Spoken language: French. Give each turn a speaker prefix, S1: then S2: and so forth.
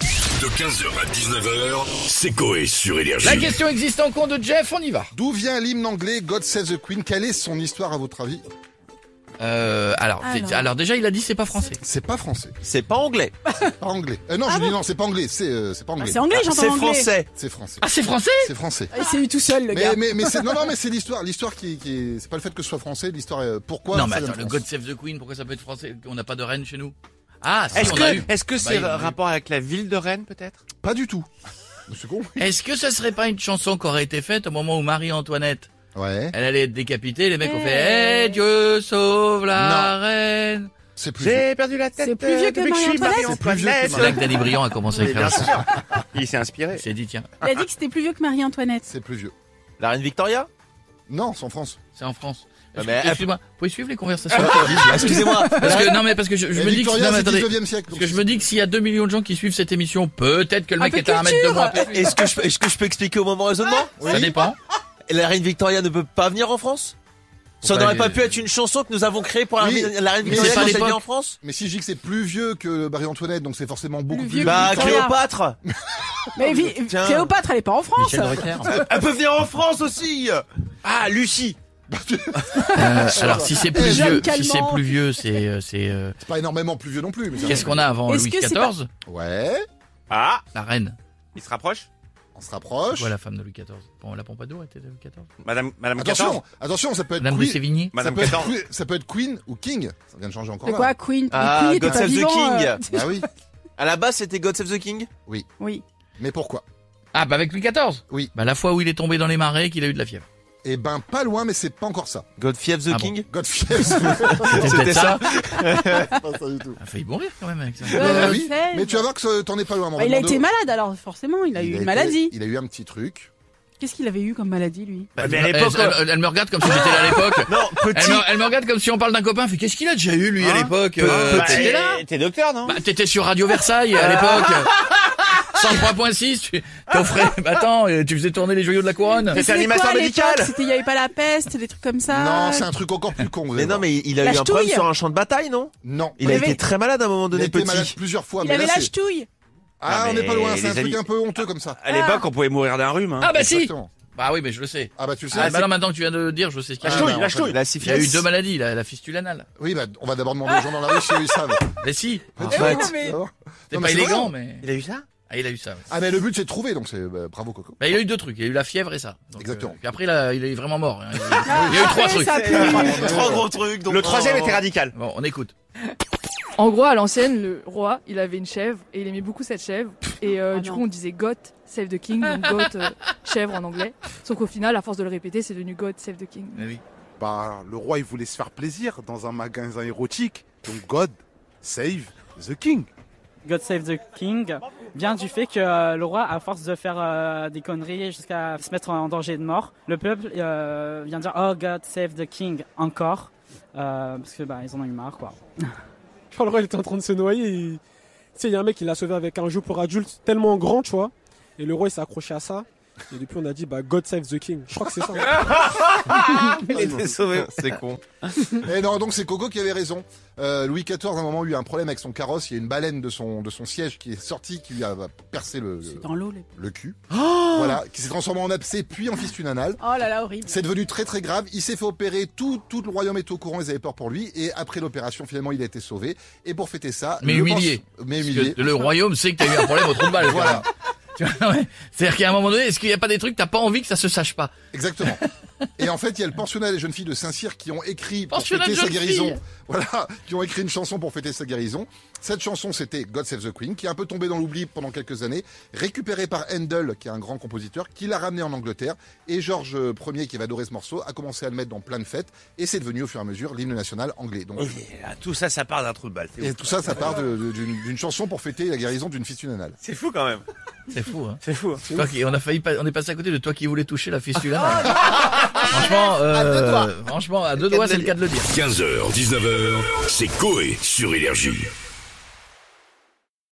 S1: De 15h à 19h, c'est Coé sur Énergie.
S2: La question existe en compte de Jeff, on y va.
S3: D'où vient l'hymne anglais God Save the Queen Quelle est son histoire à votre avis
S2: Euh, alors,
S4: Alors.
S2: alors. déjà, il a dit c'est pas français.
S3: C'est pas français,
S5: C'est pas anglais.
S3: c'est pas anglais. Euh, non, je dis non, c'est pas anglais, c'est euh, c'est pas
S4: Ah,
S3: anglais.
S4: c'est anglais, j'entends
S5: C'est
S4: anglais.
S5: français.
S3: c'est français.
S2: Ah, c'est français
S3: C'est français.
S4: Ah, Il s'est eu tout seul, le
S3: Mais
S4: gars.
S3: mais mais c'est non non mais c'est l'histoire, l'histoire qui qui est- c'est pas le fait que ce soit français, l'histoire est pourquoi
S2: Non, mais
S3: ça vient
S2: attends,
S3: de
S2: le
S3: France.
S2: God Save the Queen, pourquoi ça peut être français On n'a pas de reine chez nous Ah, si,
S5: Est-ce
S2: on a eu.
S5: que, est-ce que c'est
S2: il y en a eu.
S5: rapport avec la ville de Rennes peut-être
S3: Pas du tout. Mais C'est con.
S2: Est-ce que ça serait pas une chanson qui aurait été faite au moment où Marie-Antoinette,
S3: Ouais.
S2: elle allait être décapitée, les mecs ont fait
S4: Eh.
S2: Eh, Dieu sauve la reine
S3: C'est plus.
S5: J'ai perdu la tête.
S4: C'est plus vieux
S5: euh,
S4: que
S5: depuis je suis
S4: Marie-Antoinette.
S5: Marie-Antoinette.
S2: C'est là que Danny Briand a commencé à
S5: Mais
S2: écrire
S5: bien
S2: la chanson.
S5: sûr. Il s'est inspiré.
S2: Il s'est dit, tiens,
S4: Il a dit que c'était plus vieux que Marie-Antoinette.
S3: C'est plus vieux.
S5: La reine Victoria
S3: Non, c'est en France.
S2: c'est en France.
S5: Ah,
S2: Est-ce
S5: mais-
S2: que- Excuse-moi, vous pouvez suivre les conversations
S6: Ah,
S2: Excusez-moi Parce que, non mais parce que je, je
S3: Et
S2: me dis que
S3: Victoria,
S2: non, mais
S3: c'est
S2: attendez.
S3: 19e siècle.
S2: Parce que
S3: donc
S2: je me dis que s'il y a 2 millions de gens qui suivent cette émission, peut-être que le
S4: Un
S2: mec
S4: peu
S2: est à 1 mètre de
S4: culture.
S2: moi.
S6: Est-ce que, je, est-ce que je peux expliquer au moment raisonnement
S3: Oui.
S2: Ça dépend.
S6: La reine Victoria ne peut pas venir en France Ça
S2: Pourquoi
S6: n'aurait
S2: elle-
S6: pas pu être une chanson que nous avons créée pour la,
S3: Oui,
S6: reine- la reine
S3: mais
S6: Victoria
S2: c'est pas
S6: quand elle
S2: l'époque.
S6: vient en France
S3: Mais si je dis que c'est plus vieux que Marie-Antoinette, donc c'est forcément beaucoup
S4: Plus
S3: plus
S4: vieux que
S6: Bah,
S4: Victoria.
S6: Cléopâtre
S4: Mais vi-
S6: Tiens.
S4: Cléopâtre, elle est pas en France.
S2: Michel Drucker.
S5: Elle peut venir en France aussi
S6: Ah, Lucie
S2: Euh, alors si c'est plus
S4: Jeanne
S2: vieux, si
S4: Calment.
S2: c'est plus vieux, c'est euh, c'est euh,
S3: C'est pas énormément plus vieux non plus. Mais c'est-
S2: qu'est-ce qu'on a avant
S4: Est-ce
S2: Louis
S4: que c'est
S2: XIV
S3: Ouais.
S5: Ah
S2: La reine.
S5: Il se rapproche
S3: On se rapproche.
S2: Quoi la femme de Louis XIV Bon, la Pompadour était de Louis XIV.
S5: Madame, Madame
S3: Attention, attention, ça peut être
S2: Madame de
S3: Queen-
S2: Sévigné.
S3: ça
S5: Madame
S3: peut, être,
S5: 14.
S3: Queen- ça peut être Queen ou King. Ça vient de changer encore
S4: De
S3: là.
S4: quoi, Queen
S6: Ah,
S4: Queen,
S6: God
S4: t'es pas
S6: Save the
S4: vivant,
S6: King.
S4: euh.
S3: Bah oui.
S6: À la base, c'était God Save the King
S4: Oui.
S3: Mais pourquoi
S2: Ah bah avec Louis XIV.
S3: Oui.
S2: Bah la fois où il est tombé dans les marais, qu'il a eu de la fièvre.
S3: Eh ben, pas loin, mais c'est pas encore ça.
S6: God Fief the
S2: Ah bon.
S6: King
S3: Godfield.
S2: C'était peut-être ça.
S3: pas ça du tout.
S2: Il a failli mourir quand même avec ça.
S4: Ouais,
S3: Bah
S4: ouais,
S3: oui,
S4: c'est-
S3: Mais tu vas voir que ça- t'en es pas loin. mon
S4: Bah, il a
S3: Armando.
S4: été malade alors, forcément, il a eu
S3: Il
S4: une
S3: été-
S4: maladie.
S3: Il a eu un petit truc.
S4: Qu'est-ce qu'il avait eu comme maladie, lui
S2: Bah,
S5: Mais à
S2: elle,
S5: l'époque, euh,
S2: elle- elle- elle me regarde comme si j'étais là à l'époque.
S5: Non,
S2: Elle
S5: petit
S2: me, elle me regarde comme si on parle d'un copain. Elle Fait qu'est-ce qu'il a déjà eu lui à
S5: Hein
S2: l'époque euh,
S5: Bah,
S2: t'étais
S5: eh,
S2: là
S5: T'es docteur, non
S2: Bah, t'étais sur Radio Versailles à l'époque. 103.6, tu t'offrais. Bah, attends, euh, tu faisais tourner les joyaux de la couronne.
S5: Mais c'est
S4: C'était quoi,
S5: animateur
S4: à l'époque
S5: médical.
S4: C'était, il y avait pas la peste, des trucs comme ça.
S3: Non, c'est un truc encore plus con. vous
S6: Mais
S3: allez
S6: non,
S3: voir.
S6: mais il a
S4: La
S6: eu un problème
S4: ch'touille.
S6: sur un champ de bataille, non
S3: Non.
S6: Il a
S4: Il avait-
S6: été très malade à un moment
S3: Il a
S6: donné,
S3: été malade
S6: petit.
S3: plusieurs fois.
S4: Il
S3: mais
S4: avait
S3: là,
S4: la
S3: c'est-
S4: ch'touille.
S3: Ah, on n'est pas
S5: mais
S3: loin. C'est
S5: les
S3: un truc
S5: amis-
S3: un peu honteux comme ça.
S5: À l'époque, on pouvait mourir d'un rhume. Hein.
S2: Ah bah si
S3: Exactement.
S2: Bah oui, mais je le sais.
S3: Ah bah tu le sais.
S2: Ah, bah non, maintenant que tu viens de le dire, je sais ce qu'il y
S3: Ah,
S2: a.
S3: ch'touille,
S5: Lâche-toi,
S3: bah,
S5: lâche-toi.
S6: La
S2: Il y a eu
S6: syphilis
S2: deux maladies, la, la fistule anale.
S3: Oui, bah on va d'abord
S4: Ah.
S3: demander aux gens dans la rue si ils savent.
S2: Mais si,
S6: En
S4: Eh oui,
S6: fait,
S4: non, mais-
S3: D'abord.
S2: c'était
S3: Non, mais
S2: pas
S3: c'est
S2: élégant, mais...
S5: Il a eu ça
S2: Ah, il a eu ça. ouais.
S3: Ah mais le but c'est de trouver, donc c'est bah, bravo Coco.
S2: Bah, il a eu deux trucs, il a eu la fièvre et ça. Donc,
S3: Exactement.
S2: euh, puis après, là, il est vraiment mort. hein. Il, il y a eu trois
S4: Après,
S2: trucs.
S4: ça a plus-
S6: Trois gros trucs. donc
S5: Le troisième
S6: vraiment-
S5: était radical.
S2: Bon, on écoute.
S7: En gros, à l'ancienne, le roi, il avait une chèvre et il aimait beaucoup cette chèvre. Et euh,
S4: Oh
S7: du
S4: non.
S7: coup, on disait Goth Save the King, donc Goth euh, chèvre en anglais. Sauf qu'au final, à force de le répéter, c'est devenu God Save the King.
S2: Eh oui.
S8: Bah, le roi, il voulait se faire plaisir dans un magasin érotique. Donc, God, save the king.
S9: God Save the King vient du fait que euh, le roi, à force de faire euh, des conneries jusqu'à se mettre en danger de mort, le peuple euh, vient dire Oh God Save the King encore, Euh, parce que bah ils en ont eu marre quoi.
S10: Je crois le roi il était en train de se noyer. il- Tu sais, il y a un mec qui l'a sauvé avec un jeu pour adultes tellement grand, tu vois. Et le roi il s'est accroché à ça. Et depuis on a dit bah God save the king. Je crois que c'est ça. hein.
S5: Il était sauvé. Ah, C'est con.
S3: Et Eh non, donc c'est Coco qui avait raison. Euh, Louis XIV à un moment a eu un problème avec son carrosse. Il y a une baleine de son de son siège qui est sortie, qui lui a percé le
S4: C'est
S3: le,
S4: dans l'eau, les
S3: le cul.
S2: Oh
S3: voilà, qui s'est transformé en abcès puis en fistule anale.
S4: Oh là là, horrible.
S3: C'est devenu très très grave. Il s'est fait opérer. Tout tout le royaume est au courant. Ils avaient peur pour lui. Et après l'opération, finalement, il a été sauvé. Et pour fêter ça,
S2: Mais
S3: le
S2: humilié.
S3: pense- mais
S2: Parce
S3: humilié.
S2: que le royaume sait que t'as eu un problème au trou de balle.
S3: Voilà,
S2: Tu vois, ouais. C'est-à-dire qu'à un moment donné, est-ce qu'il n'y a pas des trucs, t'as pas envie que ça se sache pas
S3: exactement. Et en fait, il y a le pensionnat des jeunes filles de Saint-Cyr qui ont écrit pour
S2: Pensionnat de
S3: fêter sa
S2: jeunes
S3: guérison.
S2: filles.
S3: Voilà, qui ont écrit une chanson pour fêter sa guérison. Cette chanson, c'était God Save the Queen, qui est un peu tombée dans l'oubli pendant quelques années, récupérée par Handel, qui est un grand compositeur, qui l'a ramenée en Angleterre. Et Georges Ier, qui avait adoré ce morceau, a commencé à le mettre dans plein de fêtes, et c'est devenu au fur et à mesure l'hymne national anglais. Donc,
S5: Et là, Tout ça, ça part d'un trou de balle. C'est
S3: et
S5: ouf.
S3: tout ça, ça part de- de- d'une d'une chanson pour fêter la guérison d'une fistule anale.
S5: C'est fou quand même.
S2: C'est fou, hein.
S5: C'est fou. hein.
S2: Toi qui- on a failli, pas- on est passé à côté de toi qui voulais toucher la fistule anale. franchement, euh, franchement, à deux doigts, c'est le cas de le dire.
S1: 15h, 19h, c'est Coé sur Énergie.